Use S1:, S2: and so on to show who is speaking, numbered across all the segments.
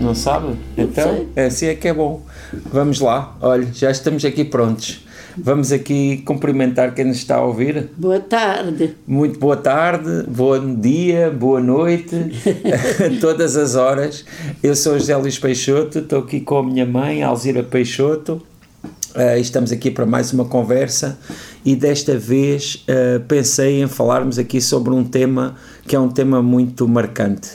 S1: Não sabe?
S2: Então, assim é que é bom. Vamos lá, olha, já estamos aqui prontos. Vamos aqui cumprimentar quem nos está a ouvir.
S3: Boa tarde.
S2: Muito boa tarde, bom dia, boa noite, todas as horas. Eu sou José Luís Peixoto, estou aqui com a minha mãe, Alzira Peixoto. Uh, estamos aqui para mais uma conversa e desta vez uh, pensei em falarmos aqui sobre um tema que é um tema muito marcante.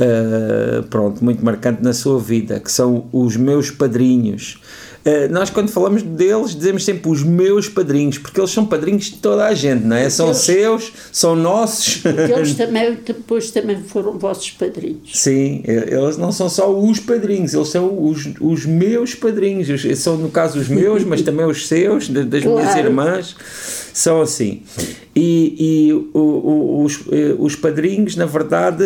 S2: Uh, pronto, muito marcante na sua vida, que são os meus padrinhos. Uh, nós quando falamos deles dizemos sempre os meus padrinhos, porque eles são padrinhos de toda a gente, não é? Porque são eles, seus, são nossos.
S3: Eles também, depois também foram vossos padrinhos.
S2: Sim, eles não são só os padrinhos, eles são os, os meus padrinhos, os, são no caso os meus, mas também os seus, das claro. minhas irmãs, são assim. E, e o, o, os, eh, os padrinhos, na verdade,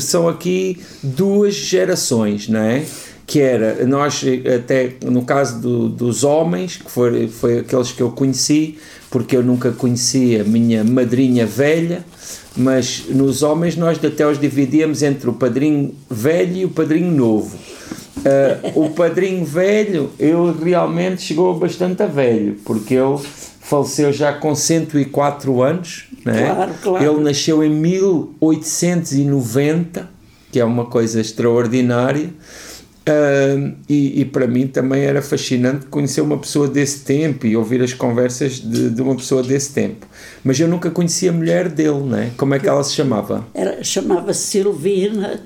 S2: são aqui duas gerações, não é? que era nós eh, até no caso do, dos homens que foi, foi aqueles que eu conheci porque eu nunca conheci a minha madrinha velha mas nos homens nós até os dividíamos entre o padrinho velho e o padrinho novo uh, o padrinho velho ele realmente chegou bastante a velho porque ele faleceu já com 104 anos né?
S3: claro, claro.
S2: ele nasceu em 1890 que é uma coisa extraordinária Uh, e, e, para mim também era fascinante conhecer uma pessoa desse tempo e ouvir as conversas de, de uma pessoa desse tempo. Mas eu nunca conhecia a mulher dele, né? Como é que ela se chamava?
S3: Chamava-se Silvina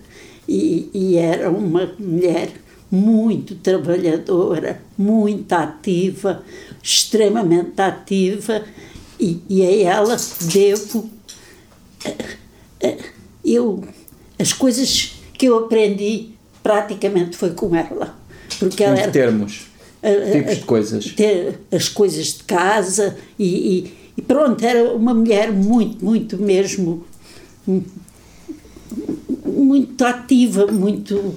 S3: e, e, era uma mulher muito trabalhadora, muito ativa, extremamente ativa, e, e a ela devo. Eu, as coisas que eu aprendi praticamente foi com ela. Porque ela
S2: em termos?
S3: Era,
S2: tipos de coisas?
S3: Ter as coisas de casa e, e, e, pronto, era uma mulher muito, muito mesmo. muito ativa, muito.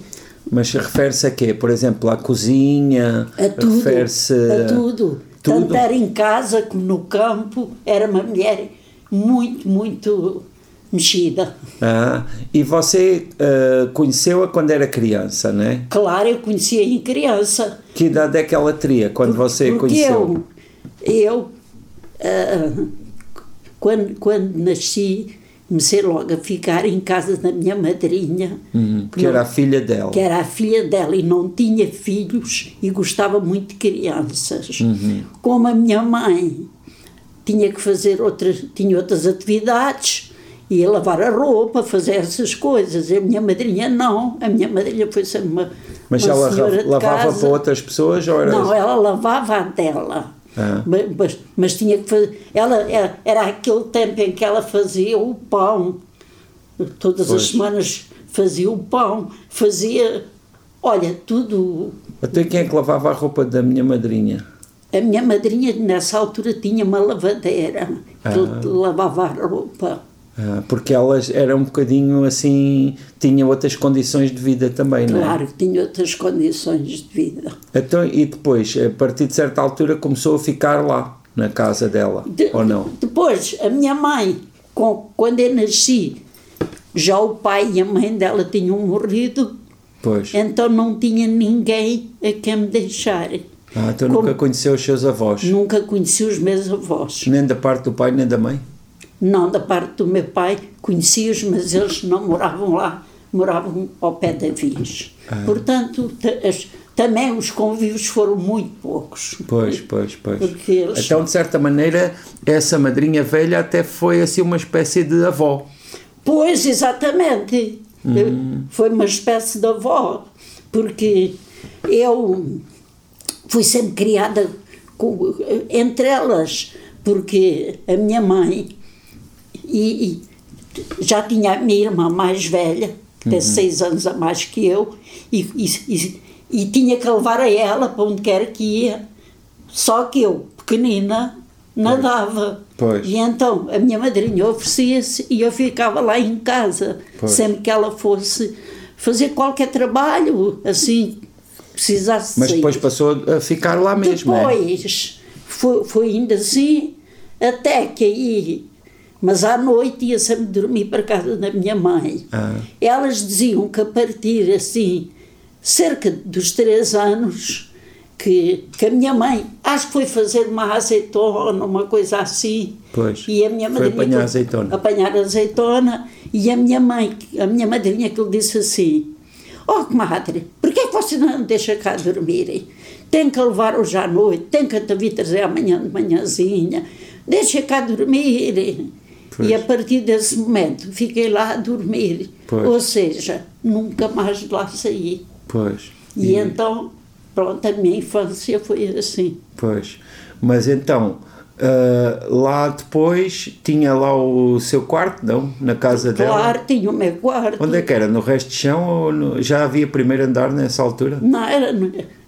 S2: Mas refere-se a quê? Por exemplo, à cozinha?
S3: A tudo. A tudo. tudo. Tanto era em casa como no campo, era uma mulher muito, muito mexida.
S2: Ah, e você uh, conheceu-a quando era criança, né?
S3: Claro, eu conhecia em criança.
S2: Que idade é que ela teria quando Por, você
S3: porque
S2: conheceu?
S3: Eu, eu uh, quando, quando nasci, comecei logo a ficar em casa da minha madrinha.
S2: Uhum, que, que era não, a filha dela.
S3: Que era a filha dela e não tinha filhos e gostava muito de crianças. Uhum. Como a minha mãe tinha que fazer outras, tinha outras atividades, ia lavar a roupa, fazer essas coisas. A minha madrinha não, a minha madrinha foi ser uma.
S2: Mas
S3: uma
S2: ela
S3: senhora de
S2: lavava
S3: casa.
S2: para outras pessoas ou era...
S3: Não, é- ela lavava a dela.
S2: Ah.
S3: Mas, mas, mas, tinha que fazer. Ela, era, era aquele tempo em que ela fazia o pão. Todas pois. as semanas fazia o pão, fazia. Olha, tudo.
S2: Até quem é que lavava a roupa da minha madrinha?
S3: A minha madrinha, nessa altura, tinha uma lavadeira ah. que lavava a roupa
S2: Ah, porque elas eram um bocadinho assim, tinham outras condições de vida também,
S3: claro,
S2: não é?
S3: Claro, tinham outras condições de vida.
S2: Então, e depois, a partir de certa altura, começou a ficar lá, na casa dela, de, ou não?
S3: Depois, a minha mãe, com, quando eu nasci, já o pai e a mãe dela tinham morrido,
S2: pois.
S3: então não tinha ninguém a quem me deixar.
S2: Ah, então Como, nunca conheceu os seus avós?
S3: Nunca conheci os meus avós.
S2: Nem da parte do pai, nem da mãe?
S3: não da parte do meu pai, conhecia-os, mas eles não moravam lá, moravam ao pé da Vins. Ah. Portanto, as, também os convívios foram muito poucos.
S2: Pois, pois, pois.
S3: Eles...
S2: Então, de certa maneira, essa madrinha velha até foi assim uma espécie de avó.
S3: Pois, exatamente. Hum. Foi uma espécie de avó, porque eu fui sempre criada com, entre elas, porque a minha mãe e, e, já tinha a minha irmã mais velha, que uhum. tem seis anos a mais que eu, e, e, e, tinha que levar a ela para onde quer que ia. Só que eu, pequenina, nadava.
S2: Pois.
S3: E então a minha madrinha oferecia-se e eu ficava lá em casa, pois. sempre que ela fosse fazer qualquer trabalho, assim, precisasse.
S2: Mas depois passou a ficar lá mesmo.
S3: Depois, é? foi, foi ainda assim, até que aí mas à noite ia sempre dormir para casa da minha mãe.
S2: Ah.
S3: Elas diziam que a partir assim cerca dos três anos, que, que a minha mãe, acho que foi fazer uma azeitona, uma coisa assim.
S2: Pois,
S3: E a minha
S2: foi
S3: madrinha
S2: apanhar
S3: que-
S2: azeitona.
S3: Apanhar azeitona. E a minha mãe, a minha madrinha que lhe disse assim, ó oh, comadre, porquê que você não deixa cá dormirem? Tem que levar hoje à noite, tem que te vir trazer amanhã de manhãzinha. Deixa cá dormirem.
S2: Pois.
S3: E a partir desse momento fiquei lá a dormir.
S2: Pois.
S3: Ou seja, nunca mais de lá saí.
S2: Pois.
S3: E então, pronto, a minha infância foi assim.
S2: Pois. Mas então, ah, lá depois tinha lá o seu quarto, não? Na casa dela?
S3: Claro, tinha o meu quarto.
S2: Onde é que era? No resto de chão ou no- já havia primeiro andar nessa altura?
S3: Não, era.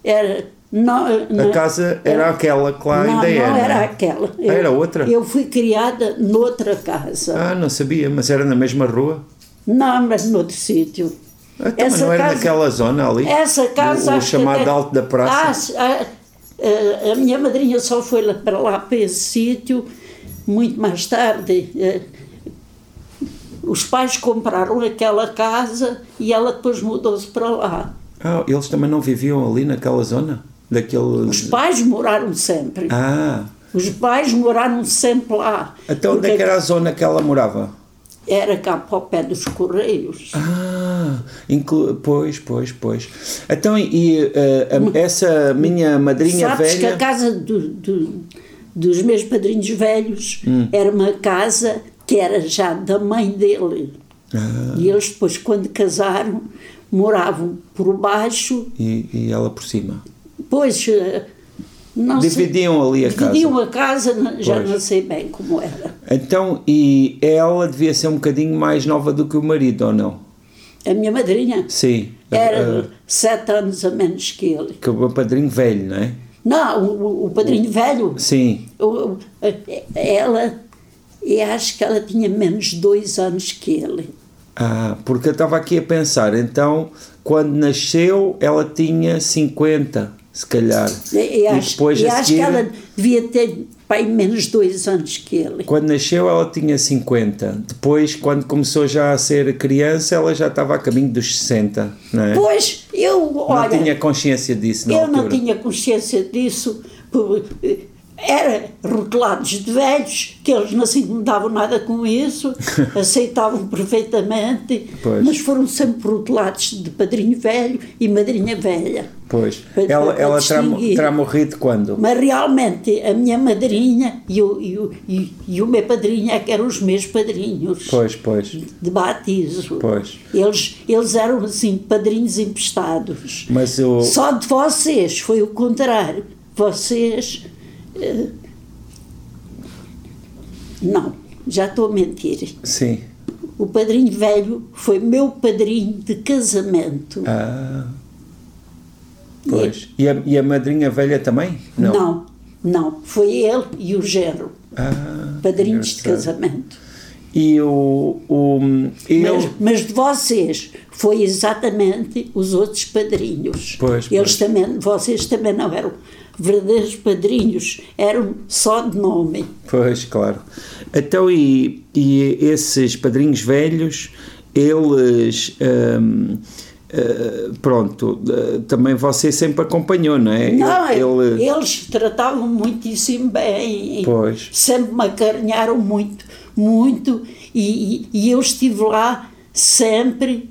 S3: era não,
S2: A
S3: não-
S2: casa era aquela que lá
S3: não,
S2: ainda era.
S3: Não,
S2: não
S3: era
S2: é?
S3: aquela.
S2: Ah, era outra?
S3: Eu fui criada noutra casa.
S2: Ah, não sabia, mas era na mesma rua.
S3: Não, mas noutro sítio.
S2: Ah, Então, mas
S3: Essa
S2: não era
S3: casa-
S2: naquela zona ali?
S3: Essa casa.
S2: O, o
S3: acho que
S2: chamado
S3: até-
S2: Alto da
S3: Ah,
S2: Praça.
S3: se- ah, ah, a minha madrinha só foi lá para lá, para esse sítio, muito mais tarde. Eh, Os pais compraram aquela casa e ela depois mudou-se para lá.
S2: Ah, eles também não viviam ali naquela zona? Daquele.
S3: Os pais moraram sempre.
S2: Ah,
S3: Os pais moraram sempre lá.
S2: até onde é
S3: Porque
S2: que era a zona que ela morava?
S3: Era cá para o pé dos Correios.
S2: Ah, inclu... pois, pois, pois. Então, e eh, a- essa minha madrinha
S3: Hum. Sabes que
S2: velha.
S3: a casa do- do- dos meus padrinhos velhos
S2: Hum.
S3: era uma casa que era já da mãe dele.
S2: Ah,
S3: E eles depois, quando casaram, moravam por baixo,
S2: E, e ela por cima.
S3: pois eh, não sei-
S2: Dividiam ali a
S3: dividiam
S2: casa.
S3: a casa, na- já
S2: Pois.
S3: não sei bem como era.
S2: Então, e ela devia ser um bocadinho mais nova do que o marido, ou não?
S3: A minha madrinha
S2: Sim. A-
S3: era
S2: a-
S3: sete anos a menos que ele.
S2: que o meu padrinho velho, não é?
S3: Não, o, o padrinho velho,
S2: Sim.
S3: o- o- ela, eu acho que ela tinha menos dois anos que ele.
S2: Ah, porque eu estava aqui a pensar, então, quando nasceu, ela tinha 50, se calhar.
S3: E, acho,
S2: depois
S3: e
S2: a
S3: acho
S2: seguir,
S3: que ela devia ter pai menos dois anos que ele.
S2: quando nasceu, ela tinha 50. Depois, quando começou já a ser criança, ela já estava a caminho dos 60, não é?
S3: Pois eu,
S2: não
S3: olha,
S2: tinha consciência disso na
S3: eu
S2: altura.
S3: não tinha consciência disso. por- Era rotulados de velhos, que eles não se incomodavam nada com isso, aceitavam perfeitamente,
S2: Pois.
S3: mas foram sempre rotulados de padrinho velho e madrinha velha.
S2: Pois,
S3: Para-
S2: ela,
S3: para
S2: ela terá,
S3: distinguir.
S2: terá morrido quando?
S3: Mas realmente a minha madrinha e o, e o, e, e o meu padrinho é que eram os meus padrinhos
S2: Pois, pois,
S3: de batizo.
S2: pois.
S3: Eles, eles eram assim, padrinhos emprestados.
S2: Mas o...
S3: Só de vocês foi o contrário. Vocês. eh, Não, já estou a mentir.
S2: Sim.
S3: O padrinho velho foi meu padrinho de casamento.
S2: Ah, pois. E a, e a madrinha velha também? Não.
S3: não, não, Foi ele e o Gero,
S2: Ah,
S3: padrinhos de
S2: engraçado.
S3: casamento.
S2: E o. o eu,
S3: Mas, mas de vocês foi exatamente os outros padrinhos.
S2: Pois, pois.
S3: Eles também, vocês também não eram verdadeiros padrinhos, eram só de nome.
S2: Pois, claro. Então, e, e esses padrinhos velhos, eles. hum, eh, pronto, eh, também você sempre acompanhou, não é?
S3: Não,
S2: Ele-
S3: eles tratavam muitíssimo bem.
S2: Pois.
S3: Sempre me acarinharam muito, muito. E, e- e eu estive lá sempre.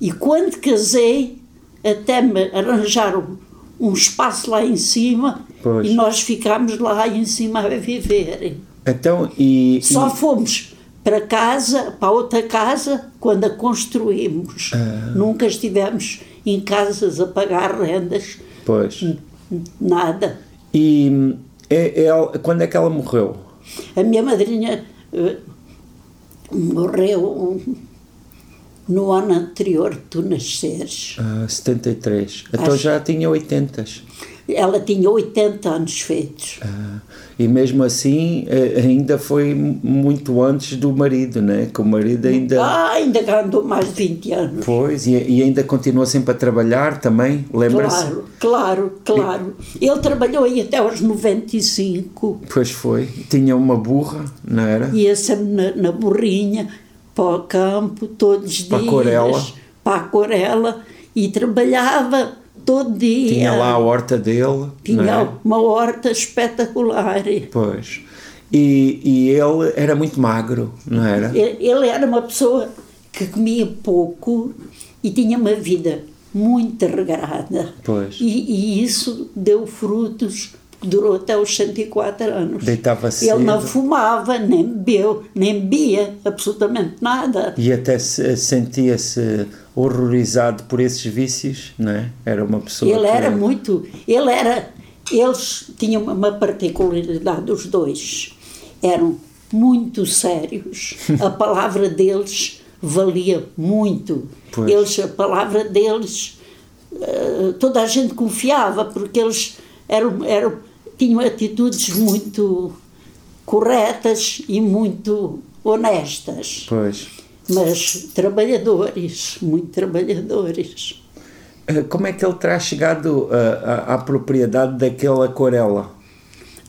S3: E quando casei, até me arranjaram um espaço lá em cima
S2: Pois.
S3: e nós ficámos lá em cima a viver.
S2: Então, e.
S3: Só fomos para casa, para outra casa, quando a construímos.
S2: Ah.
S3: Nunca estivemos em casas a pagar rendas,
S2: e- pois.
S3: Hum. nada.
S2: E hum, é- ela- quando é que ela morreu?
S3: A minha madrinha eh, morreu no ano anterior de tu nasceres.
S2: Ah, 73. Então
S3: Acho-
S2: já tinha 80.
S3: Ela tinha 80 anos feitos.
S2: Ah, e mesmo assim, eh, ainda foi mu- muito antes do marido, né? Que o marido ainda.
S3: Ah, ainda cá andou mais de 20 anos.
S2: Pois, e, e ainda continua sempre a trabalhar também, lembra-se?
S3: Claro, claro, claro. Ele trabalhou aí até aos 95.
S2: Pois foi. Tinha uma burra, não era?
S3: Ia sempre na, na burrinha, para o campo, todos os
S2: Para a
S3: dias.
S2: Corela.
S3: Para a Corela. e trabalhava todo dia.
S2: Tinha lá a horta dele.
S3: eh, Tinha
S2: não é?
S3: uma horta espetacular. E-
S2: Pois. E, e ele era muito magro, não era?
S3: Ele era uma pessoa que comia pouco e tinha uma vida muito regrada.
S2: Pois.
S3: E, e isso deu frutos, durou até os 104 anos.
S2: Deitava cedo.
S3: Ele não fumava, nem bebeu, nem bebia absolutamente nada.
S2: E até se- sentia-se horrorizado por esses vícios, não é? Era uma pessoa.
S3: Ele
S2: que
S3: era muito. Ele era. Eles tinham uma particularidade, os dois. Eram muito sérios. A palavra deles valia muito.
S2: Pois.
S3: Eles, a palavra deles, eh, toda a gente confiava, porque eles eram, eram, tinham atitudes muito corretas e muito honestas.
S2: Pois.
S3: Mas trabalhadores, muito trabalhadores.
S2: Eh, Como é que ele terá chegado eh, à, à propriedade daquela aquarela?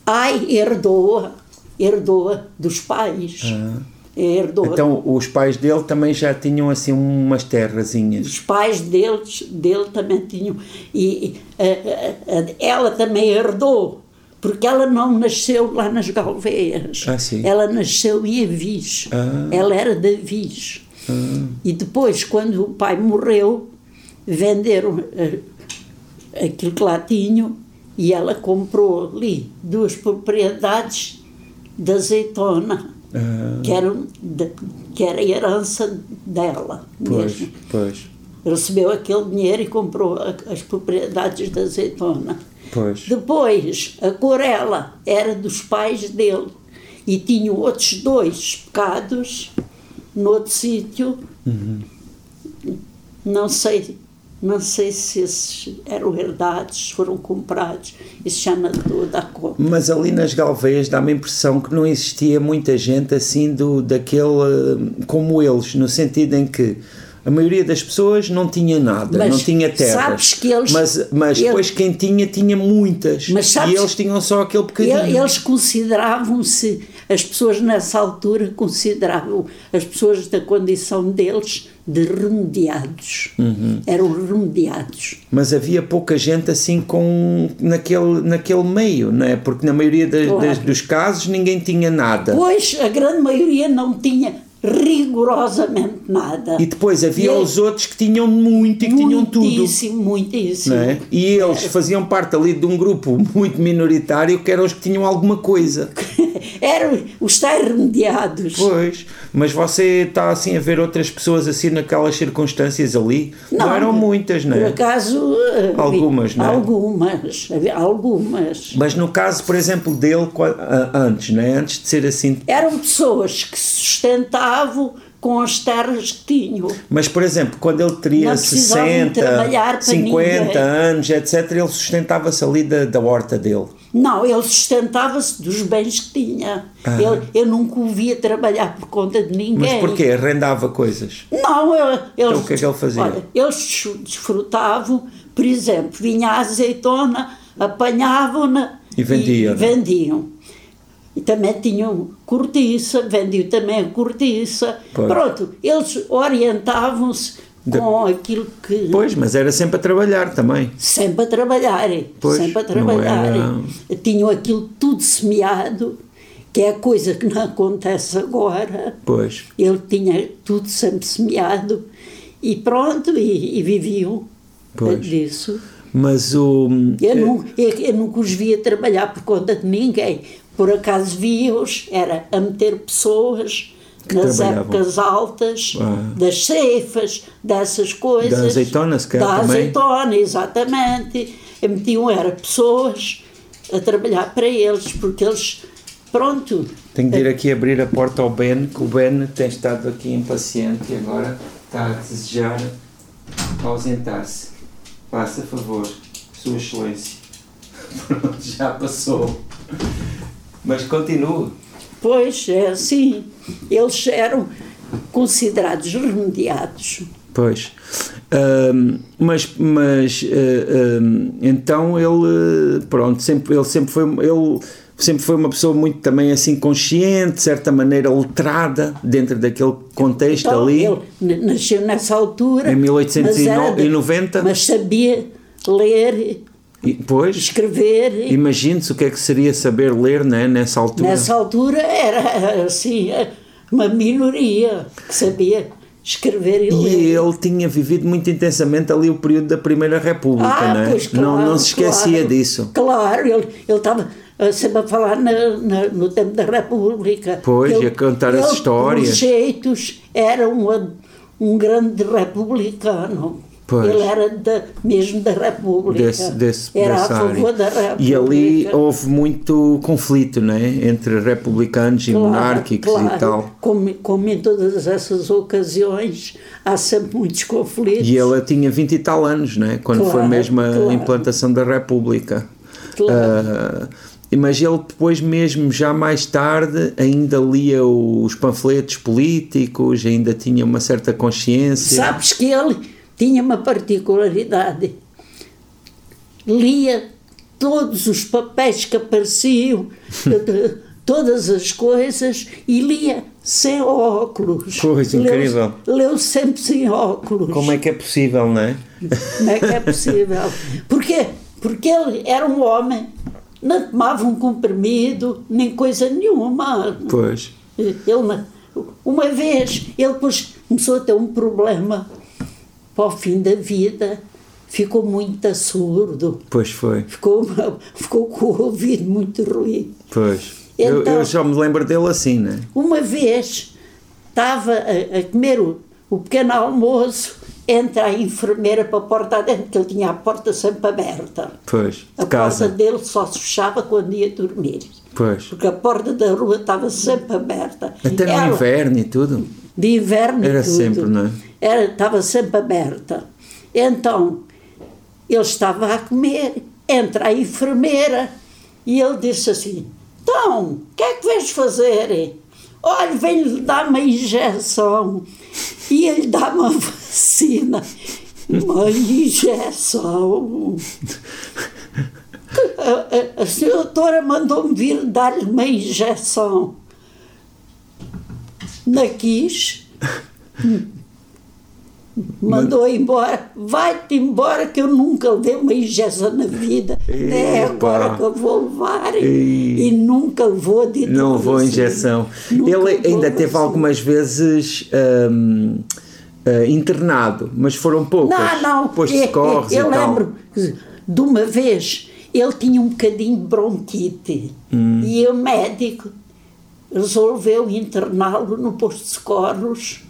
S3: Ai, herdou-a, herdou-a dos pais. É, Herdou-a.
S2: Então, os pais dele também já tinham assim umas terrazinhas.
S3: os pais deles, dele também tinham. E, e, a- a- a- ela também herdou, porque ela não nasceu lá nas Galveias.
S2: Ah, sim. Ah.
S3: Ela nasceu em Avis. Ela era de Avis. E depois, quando o pai morreu, venderam eh, aquilo que lá tinham e ela comprou ali duas propriedades de azeitona.
S2: Ah.
S3: Que, eram de- que era a herança dela
S2: Pois,
S3: mesmo
S2: pois,
S3: recebeu aquele dinheiro e comprou a- as propriedades da azeitona.
S2: pois.
S3: Depois, a Corela era dos pais dele e tinha outros dois pecados noutro sítio. Não sei. Não sei se esses eram herdados, se foram comprados, isso já não dou da conta.
S2: Mas ali nas Galveias dá-me a impressão que não existia muita gente assim do, daquele eh, como eles, no sentido em que a maioria das pessoas não tinha nada,
S3: Mas
S2: não tinha terras.
S3: sabes que eles-
S2: mas mas
S3: ele-
S2: depois quem tinha, tinha muitas.
S3: Mas sabes-
S2: e eles tinham só aquele
S3: E
S2: pequenino.
S3: el- Eles consideravam-se, as pessoas nessa altura consideravam as pessoas da condição deles de remediados.
S2: Uhum.
S3: Eram remediados.
S2: Mas havia pouca gente assim com naquele, naquele meio, não é? Porque na maioria das-
S3: Claro.
S2: das- dos casos ninguém tinha nada.
S3: Pois a grande maioria não tinha rigorosamente nada.
S2: E depois havia
S3: E ele-
S2: os outros que tinham muito e que tinham tudo.
S3: Muitíssimo, muitíssimo.
S2: não é? E eles faziam parte ali de um grupo muito minoritário que eram os que tinham alguma coisa.
S3: Eram os tais remediados.
S2: Pois, mas você está assim a ver outras pessoas assim naquelas circunstâncias ali? Não, eram muitas, não
S3: Por
S2: é?
S3: acaso. eh,
S2: Algumas, não é?
S3: Algumas, havia algumas.
S2: Mas no caso, por exemplo, dele qua- a- antes, não é? Antes de ser assim.
S3: eram pessoas que se sustentavam com as terras que tinham.
S2: Mas, por exemplo, quando ele teria
S3: Não precisavam de
S2: 60,
S3: trabalhar para
S2: 50
S3: ninguém.
S2: anos, etc., ele sustentava-se ali da, da horta dele.
S3: Não, ele sustentava-se dos bens que tinha. Ele- eu nunca o via trabalhar por conta de
S2: Ah. Mas
S3: ninguém.
S2: porquê? Arrendava coisas.
S3: Não, ele,
S2: Então, o que é que ele fazia?
S3: Olha, eles des- desfrutavam, por exemplo, vinha a azeitona, apanhavam-na
S2: E vendiam,
S3: E
S2: não é?
S3: vendiam. E também tinham cortiça, vendiam também a cortiça.
S2: Pois.
S3: Pronto, eles orientavam-se
S2: De-
S3: com aquilo que.
S2: Pois, mas era sempre a trabalhar também.
S3: sempre a trabalharem,
S2: Pois,
S3: sempre a
S2: não
S3: trabalharem.
S2: era-
S3: Tinham aquilo tudo semeado, que é coisa que não acontece agora.
S2: Pois.
S3: Ele tinha tudo sempre semeado e pronto, e, e viviam
S2: Pois.
S3: disso.
S2: Mas o. hum,
S3: Eu, nu- eu- eu nunca os via trabalhar por conta de ninguém. Por acaso via-os, era a meter pessoas nas
S2: trabalhavam.
S3: épocas altas,
S2: Ah.
S3: das ceifas, dessas coisas.
S2: Da azeitona, se calhar,
S3: Da
S2: também.
S3: azeitona, exatamente. E metiam, era pessoas a trabalhar para eles, porque eles, pronto,
S2: Tenho de ir aqui abrir a porta ao Ben, que o Ben tem estado aqui impaciente e agora está a desejar ausentar-se. Faça favor, Sua Excelência. Pronto, já passou. Mas continue.
S3: Pois, é assim. Eles eram considerados remediados.
S2: Pois. Ahm, mas eh, mas ah, ahm, então ele pronto, sempre, ele sempre foi ele sempre foi uma pessoa muito também assim consciente, de certa maneira letrada dentro daquele contexto
S3: Então,
S2: ali.
S3: Ele n- nasceu nessa altura.
S2: Em
S3: mas, era de-
S2: 1890.
S3: mas sabia ler,
S2: E depois,
S3: escrever.
S2: imagine-se o que é que seria saber ler né, nessa altura.
S3: Nessa altura era assim uma minoria que sabia escrever e ler.
S2: E ele tinha vivido muito intensamente ali o período da Primeira República,
S3: Ah,
S2: né?
S3: pois
S2: não,
S3: claro,
S2: não se esquecia
S3: claro.
S2: disso.
S3: Claro, ele ele estava ah, sempre a falar na- na- no tempo da República.
S2: Pois,
S3: Ele-
S2: e a cantar
S3: ele,
S2: as histórias.
S3: Por jeitos, era uma- um grande republicano.
S2: Pois.
S3: Ele era da- mesmo da República.
S2: Desse, desse,
S3: era
S2: dessa
S3: a favor
S2: área.
S3: da República.
S2: E ali houve muito conflito né? entre republicanos e
S3: Claro,
S2: monárquicos
S3: claro.
S2: e tal.
S3: Como, como em todas essas ocasiões, há sempre muitos conflitos.
S2: E ela tinha 20 e tal anos, né? quando
S3: Claro,
S2: foi mesmo a
S3: claro.
S2: implantação da República.
S3: Claro.
S2: Ah, mas ele depois mesmo, já mais tarde, ainda lia os panfletos políticos, ainda tinha uma certa consciência.
S3: Sabes que ele tinha uma particularidade. Lia todos os papéis que apareciam, de- de- todas as coisas, e lia sem óculos.
S2: Pois,
S3: Leu-
S2: incrível.
S3: Leu sempre sem óculos.
S2: Como é que é possível, não é?
S3: Como é que é possível? Porquê? Porque ele era um homem, não tomava um comprimido, nem coisa nenhuma.
S2: Pois.
S3: Ele, na- uma vez, ele depois começou a ter um problema para o fim da vida, ficou muito surdo,
S2: Pois foi.
S3: ficou, ficou com o ouvido muito ruim.
S2: Pois. Eu- eu,
S3: Então-
S2: já me lembro dele assim, né?
S3: Uma vez estava a, a comer o, o pequeno almoço, entra a enfermeira para a porta adentro, porque ele tinha a porta sempre aberta.
S2: Pois.
S3: A
S2: De casa.
S3: porta dele só se fechava quando ia dormir,
S2: Pois.
S3: porque a porta da rua estava sempre aberta.
S2: Até no
S3: Ela-
S2: inverno e tudo.
S3: de inverno e
S2: Era
S3: tudo.
S2: sempre, não é?
S3: Era, estava sempre aberta. Então, ele estava a comer, entra a enfermeira e ele disse assim, então, o que é que vais fazer? Olha, venho-lhe dar uma injeção. E ele dá uma vacina. Uma injeção. A, a, a senhora doutora mandou-me vir dar-lhe uma injeção. Não quis. Mandou embora. Vai-te embora que eu nunca levei uma injeção na vida. É
S2: Epa.
S3: agora que eu vou levar.
S2: Ei.
S3: E, nunca vou de
S2: Não
S3: tudo
S2: vou
S3: assim.
S2: injeção.
S3: Nunca
S2: Ele
S3: vou
S2: ainda teve
S3: assim.
S2: algumas vezes hum, ah, internado, mas foram poucas.
S3: Não, não.
S2: Depois
S3: É,
S2: de
S3: é,
S2: socorros e
S3: eu
S2: tal.
S3: lembro de uma vez ele tinha um bocadinho de bronquite
S2: Hum.
S3: e o médico resolveu interná-lo no posto de socorros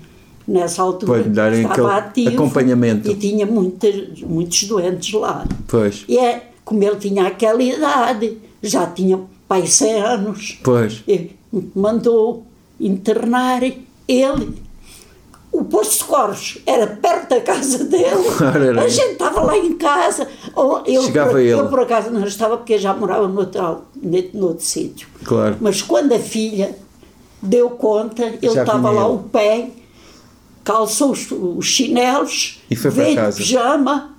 S3: nessa altura.
S2: Para lhe darem
S3: estava
S2: aquele
S3: ativo
S2: acompanhamento.
S3: E tinha muitas, muitos doentes lá.
S2: Pois.
S3: E é, como ele tinha aquela idade, já tinha pai 100 anos.
S2: Pois.
S3: E É, mandou internar ele. O posto de Corros era perto da casa dele.
S2: Claro, era.
S3: A gente estava lá em casa. Ou eu,
S2: Chegava
S3: por,
S2: ele.
S3: eu por acaso não estava porque eu já morava noutro, al- ne- noutro sítio.
S2: Claro.
S3: Mas quando a filha deu conta, ele
S2: Já
S3: estava
S2: vinha
S3: lá
S2: ele.
S3: o pé, calçou os, os chinelos,
S2: E foi para
S3: veio
S2: casa.
S3: de pijama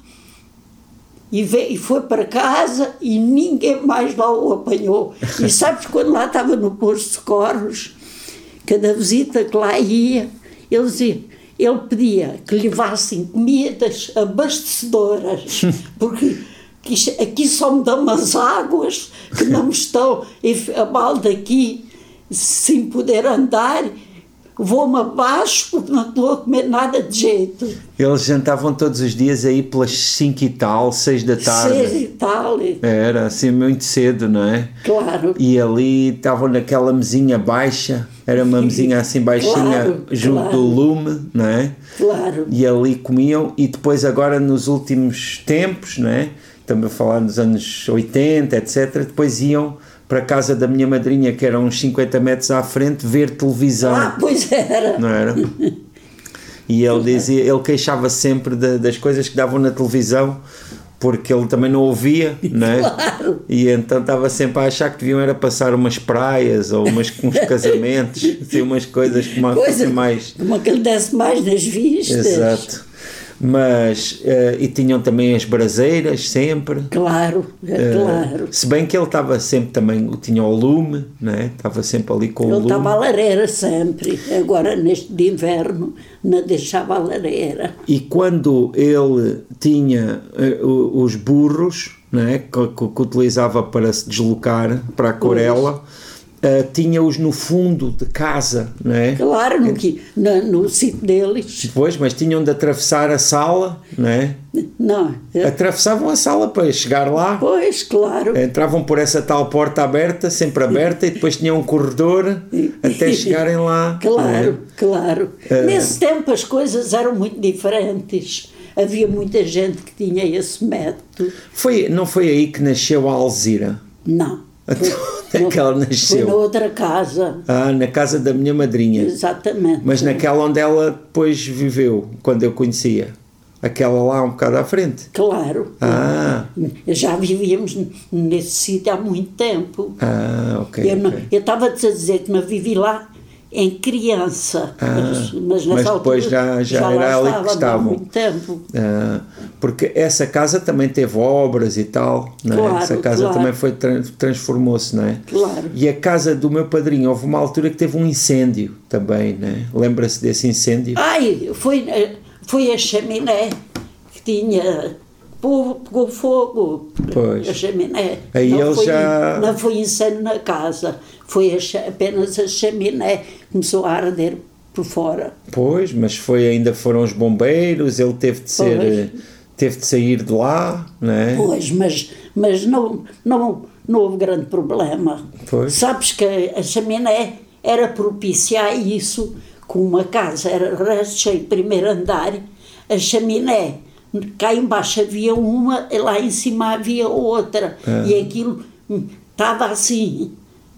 S3: e, veio, e foi para casa e ninguém mais lá o apanhou. E sabes quando lá estava no posto de socorros, cada visita que lá ia, ele dizia, ele pedia que lhe levassem comidas abastecedoras, porque que isto- aqui só me dão umas águas que não me estão enf- a mal daqui sem poder andar. Vou-me abaixo porque não estou a comer nada de jeito.
S2: Eles jantavam todos os dias aí pelas 5 e tal, 6 da tarde.
S3: Seis e tal. e-
S2: Era assim muito cedo, não é?
S3: Claro.
S2: E ali estavam naquela mesinha baixa, era uma mesinha assim baixinha
S3: Claro,
S2: junto
S3: claro.
S2: do lume, não é?
S3: Claro.
S2: E ali comiam e depois agora nos últimos tempos, não é? Estamos a falar nos anos 80, etc. Depois iam para a casa da minha madrinha, que era uns 50 metros à frente, ver televisão,
S3: Ah, pois era.
S2: não era? E ele dizia, ele queixava sempre da- das coisas que davam na televisão, porque ele também não ouvia, não é?
S3: Claro.
S2: E então estava sempre a achar que deviam era passar umas praias ou umas, uns casamentos, assim, umas coisas que uma,
S3: Coisa
S2: mais.
S3: Como é que ele desse mais nas vistas.
S2: Exato. mas eh, e tinham também as braseiras sempre.
S3: Claro, é
S2: Eh,
S3: claro.
S2: Se bem que ele estava sempre também, tinha o lume, né? estava sempre ali com o
S3: Ele
S2: lume.
S3: estava à lareira sempre. Agora, neste de inverno, não deixava a lareira.
S2: E quando ele tinha eh, o- os burros né, que, que- que utilizava para se deslocar para a Corela, eh, tinha-os no fundo de casa, né?
S3: Claro, no, que, no, no sítio deles.
S2: Depois, mas tinham de atravessar a sala, né?
S3: Não. é-
S2: Atravessavam a sala para chegar lá,
S3: Pois, claro.
S2: entravam por essa tal porta aberta, sempre aberta, e depois tinham um corredor até chegarem lá.
S3: Claro,
S2: né?
S3: claro. Nesse tempo as coisas eram muito diferentes. Havia muita gente que tinha esse método.
S2: Foi, não foi aí que nasceu a Alzira?
S3: Não.
S2: Então, onde é que ela
S3: Foi na
S2: nasceu?
S3: outra casa,
S2: Ah, na casa da minha madrinha.
S3: exatamente.
S2: Mas naquela onde ela depois viveu, quando eu conhecia. Aquela lá um bocado à frente.
S3: Claro.
S2: Ah,
S3: Já vivíamos n- nesse sítio há muito tempo.
S2: ah ok.
S3: Eu não-
S2: ok.
S3: eu estava-te a dizer que não vivi lá em criança. mas, nessa
S2: Ah. mas depois já- já
S3: lá
S2: era ali que
S3: estava
S2: estavam.
S3: Há muito tempo.
S2: Ah, porque essa casa também teve obras e tal, não é?
S3: Claro,
S2: essa casa
S3: claro.
S2: também foi tran- transformou-se, não é?
S3: Claro.
S2: E a casa do meu padrinho, houve uma altura que teve um incêndio também, não é? Lembra-se desse incêndio?
S3: Ai, foi, eh, foi a chaminé que tinha. Pô, pegou fogo.
S2: Pois.
S3: A chaminé.
S2: Aí
S3: não
S2: ele
S3: foi,
S2: já-
S3: Não foi incêndio na casa, foi a cha- apenas a chaminé. Começou a arder por fora.
S2: Pois, mas foi ainda foram os bombeiros, ele teve de ser
S3: Pois.
S2: eh, teve de sair de lá, não é?
S3: Pois, mas, mas não, não, não houve grande problema.
S2: Pois.
S3: Sabes que a chaminé era propiciar isso com uma casa, era resto cheio, primeiro andar, a chaminé. Cá embaixo havia uma, e lá em cima havia outra.
S2: É.
S3: E aquilo hum, estava assim,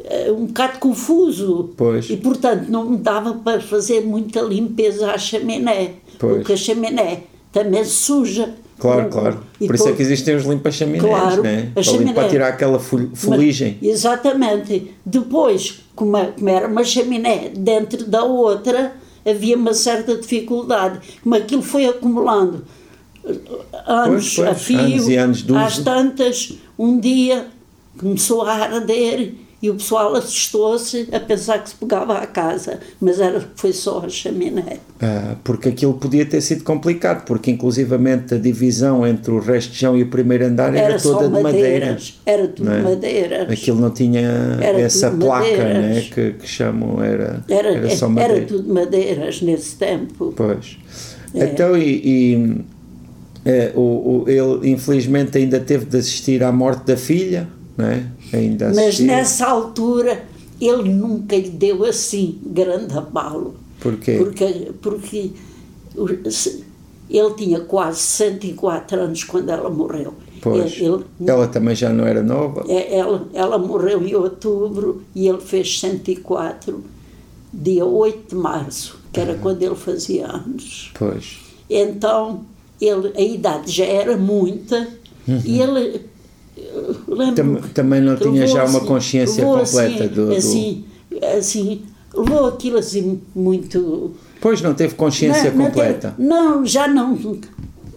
S3: eh, um bocado confuso.
S2: Pois.
S3: E portanto não me dava para fazer muita limpeza à chaminé.
S2: Pois.
S3: Porque a chaminé também suja.
S2: Claro,
S3: Com-
S2: claro.
S3: e
S2: Por isso é
S3: todo-
S2: que existem os limpas chaminés,
S3: Claro,
S2: né?
S3: a
S2: Para,
S3: chaminé.
S2: limpar, tirar aquela fol- fuligem.
S3: Mas- Exatamente. Depois, como, a- como era uma chaminé dentro da outra, havia uma certa dificuldade. Como aquilo foi acumulando eh, anos
S2: Pois, pois,
S3: a fio,
S2: anos e anos de
S3: às
S2: uso.
S3: tantas, um dia começou a arder e o pessoal assustou-se a pensar que se pegava a casa, mas era, foi só a chaminé.
S2: Ah, porque aquilo podia ter sido complicado, porque inclusivamente a divisão entre o resto de chão e o primeiro andar era,
S3: Era só
S2: toda de madeira.
S3: madeiras, era tudo
S2: não é?
S3: madeiras.
S2: Aquilo não tinha
S3: Era
S2: essa
S3: tudo
S2: placa
S3: madeiras.
S2: né, que, que chamam, era,
S3: Era,
S2: era,
S3: era,
S2: só madeira.
S3: tudo É. madeiras nesse tempo.
S2: Pois. Então, e, e, eh, o, o- ele infelizmente ainda teve de assistir à morte da filha, né? ainda
S3: Mas
S2: assistiu,
S3: nessa altura ele nunca lhe deu assim grande abalo.
S2: Porquê?
S3: Porque, porque o- se- ele tinha quase 104 anos quando ela morreu.
S2: Pois.
S3: Ele- ele-
S2: Ela também já não era nova.
S3: é, ela, ela morreu em outubro e ele fez 104, dia 8 de março, que
S2: Ah.
S3: era quando ele fazia anos.
S2: Pois.
S3: Então, ele, a idade já era muita e ele. eu Lembro,
S2: Uhum. Tam- também não
S3: que
S2: tinha já
S3: levou assim,
S2: uma consciência
S3: levou
S2: completa do- do-
S3: Assim, assim, levou aquilo assim muito.
S2: Pois não teve consciência
S3: não,
S2: completa.
S3: Não, teve- não, já não.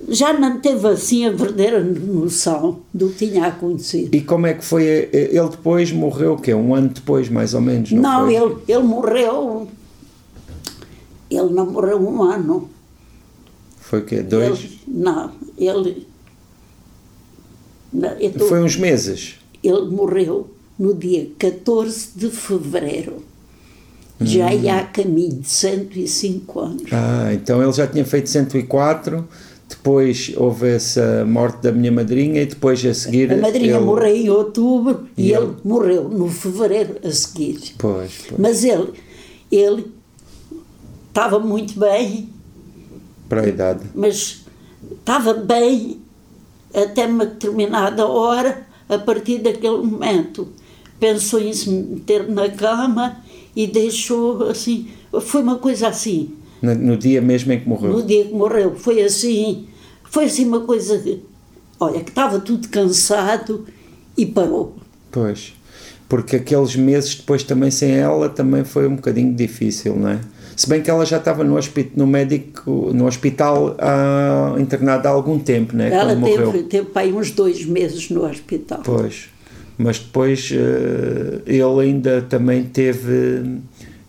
S3: Já não teve assim a verdadeira noção do que tinha acontecido.
S2: E como é que foi? eh, Ele depois morreu, o quê? Um ano depois, mais ou menos? Não,
S3: Não,
S2: foi?
S3: ele, ele morreu. Ele não morreu um ano.
S2: Foi o quê? Dois?
S3: Ele, não, ele. Não, eu tô-
S2: Foi uns meses.
S3: Ele morreu no dia 14 de fevereiro. Já
S2: Hum.
S3: ia a caminho de 105 anos.
S2: Ah, então ele já tinha feito 104, depois houve essa morte da minha madrinha e depois a seguir.
S3: A madrinha
S2: É, ele-
S3: morreu em outubro e,
S2: E
S3: ele...
S2: ele?
S3: morreu no fevereiro a seguir.
S2: Pois, pois.
S3: Mas ele, ele estava muito bem,
S2: Para a idade.
S3: mas estava bem até uma determinada hora, a partir daquele momento. Pensou em se meter na cama e deixou assim. Foi uma coisa assim.
S2: No, no dia mesmo em que morreu.
S3: No dia que morreu, foi assim, foi assim uma coisa de, olha, que estava tudo cansado e parou.
S2: Pois. porque aqueles meses depois também sem ela também foi um bocadinho difícil, não é? Se bem que ela já estava no, hospi no médico, no hospital ah, internada há algum tempo, né?
S3: Ela
S2: Quando
S3: teve,
S2: morreu.
S3: teve para aí uns dois meses no hospital.
S2: Pois. Mas depois eh, ele ainda também teve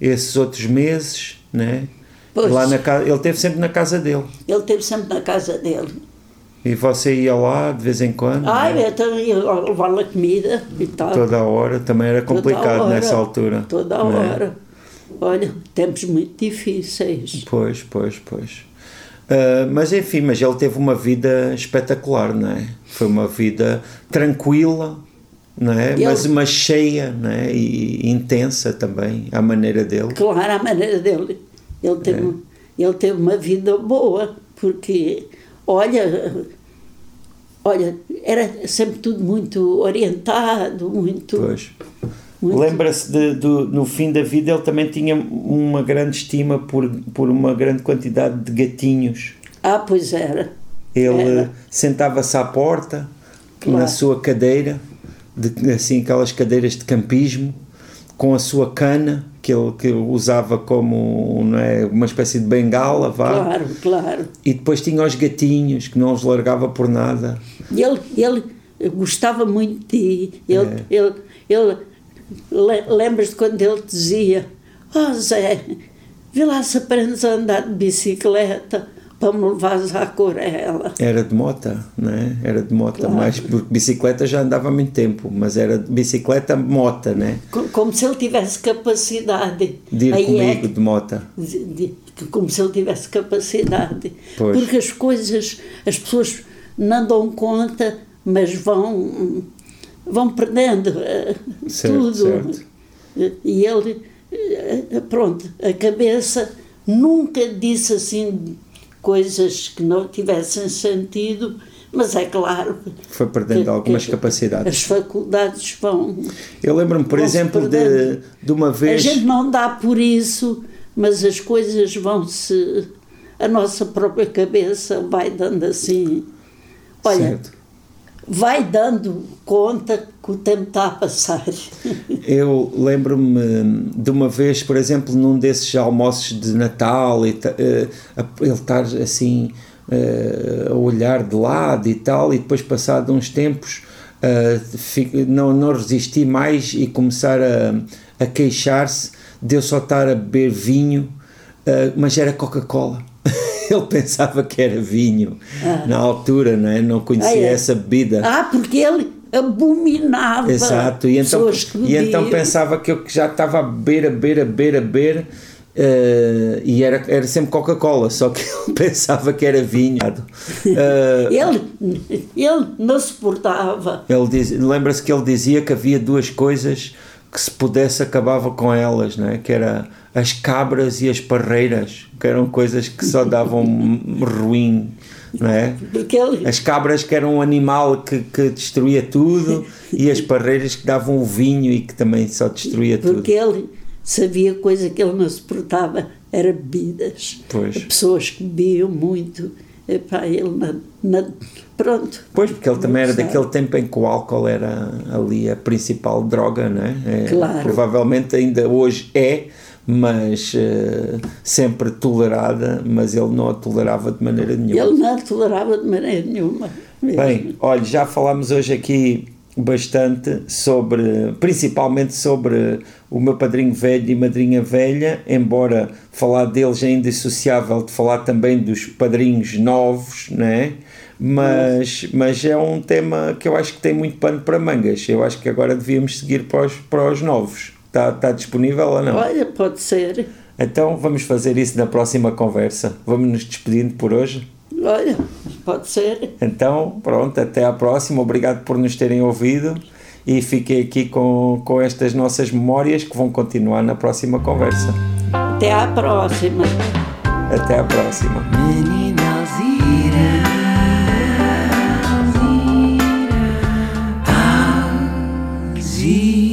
S2: esses outros meses, né?
S3: Pois.
S2: Lá na casa, ele teve sempre na casa dele.
S3: Ele esteve sempre na casa dele.
S2: E você ia lá de vez em quando,
S3: Ah,
S2: né?
S3: então ia levar lhe comida e tal.
S2: toda a hora, também era
S3: Toda
S2: complicado
S3: hora,
S2: nessa altura.
S3: Toda
S2: né?
S3: hora. Olha, tempos muito difíceis.
S2: Pois, pois, pois. Ah, mas enfim, mas ele teve uma vida espetacular, não é? Foi uma vida tranquila, não é?
S3: Ele-
S2: Mas, mas cheia, não é? E, intensa também, à maneira dele.
S3: Claro, a maneira dele. Ele teve, ele teve uma vida boa, porque, olha, olha, era sempre tudo muito orientado, muito.
S2: Pois.
S3: Muito.
S2: Lembra-se de- do no fim da vida ele também tinha uma grande estima por, por uma grande quantidade de gatinhos.
S3: Ah, pois era.
S2: Ele
S3: Era.
S2: sentava-se à porta,
S3: É. Claro.
S2: na sua cadeira, de- assim, aquelas cadeiras de campismo, com a sua cana, que ele, que ele usava como não é, uma espécie de bengala, vá.
S3: Claro, claro.
S2: E depois tinha os gatinhos, que não os largava por nada.
S3: E Ele, ele gostava muito de. Ele, ele, ele, le- Lembras-te quando ele dizia: Oh Zé, vê lá se aprendes a andar de bicicleta para me levares à Corela.
S2: Era de mota, não é? Era de mota, mais porque bicicleta já andava há muito tempo, mas era de bicicleta mota, né?
S3: Co- Como se ele tivesse capacidade.
S2: De ir
S3: Aí é
S2: comigo
S3: que-
S2: de mota.
S3: de- de- que- como se ele tivesse capacidade.
S2: Pois.
S3: Porque as coisas, as pessoas não dão conta, mas vão, vão perdendo eh,
S2: Certo,
S3: tudo.
S2: certo.
S3: E ele, eh, pronto, a cabeça nunca disse assim coisas que não tivessem sentido, mas é claro.
S2: Foi perdendo
S3: que-
S2: algumas
S3: que
S2: capacidades.
S3: As faculdades vão.
S2: Eu lembro-me, por
S3: Vão se
S2: exemplo, de,
S3: perdendo.
S2: de uma
S3: A
S2: vez.
S3: gente não dá por isso, mas as coisas vão-se. A nossa própria cabeça vai dando assim. Olha,
S2: Certo.
S3: vai dando conta que o tempo está a passar.
S2: Eu lembro-me de uma vez, por exemplo, num desses almoços de Natal, e ta- eh, a- ele estar assim eh, a olhar de lado e tal, e depois, passado uns tempos, eh, fi- não, não resisti mais e começar a, a queixar-se de eu só estar a beber vinho, eh, mas era Coca-Cola. ele pensava que era vinho na altura, não, é? não conhecia
S3: Ah, é?
S2: essa bebida.
S3: Ah, porque ele abominava
S2: Exato, e então,
S3: pessoas que
S2: e então
S3: bebiam.
S2: pensava que eu que já estava a beber, a beber, a beber, a beber, eh, e era, era sempre Coca-Cola, só que eu pensava que era vinho. Eh,
S3: Ele, ele não suportava.
S2: ele diz- Lembra-se que ele dizia que havia duas coisas que se pudesse acabava com elas, né? que era as cabras e as parreiras, que eram coisas que só davam ruim, não é?
S3: Porque ele,
S2: As cabras que eram um animal que, que destruía tudo e as parreiras que davam o vinho e que também só destruía É tudo.
S3: Porque ele sabia coisa que ele não suportava, era bebidas.
S2: Pois.
S3: Pessoas que bebiam muito. Epá, ele na, na- pronto.
S2: Pois, porque ele também era
S3: Não sei.
S2: daquele tempo em que o álcool era ali a principal droga, não é? É,
S3: Claro.
S2: Provavelmente ainda hoje é, mas eh, sempre tolerada, mas ele não a tolerava de maneira nenhuma.
S3: Ele não tolerava de maneira nenhuma. mesmo.
S2: Bem, olha, já falámos hoje aqui bastante sobre, principalmente sobre o meu padrinho velho e madrinha velha, embora falar deles é indissociável de falar também dos padrinhos novos, né? Mas, mas é um tema que eu acho que tem muito pano para mangas. Eu acho que agora devíamos seguir para os, para os novos. Está, está disponível ou não?
S3: Olha, pode ser.
S2: Então vamos fazer isso na próxima conversa. Vamos nos despedindo por hoje.
S3: Olha, pode ser.
S2: Então, pronto, até à próxima. Obrigado por nos terem ouvido e fiquei aqui com, com estas nossas memórias que vão continuar na próxima conversa.
S3: Até à próxima.
S2: Até à próxima.
S1: Menina Alzira, Alzira.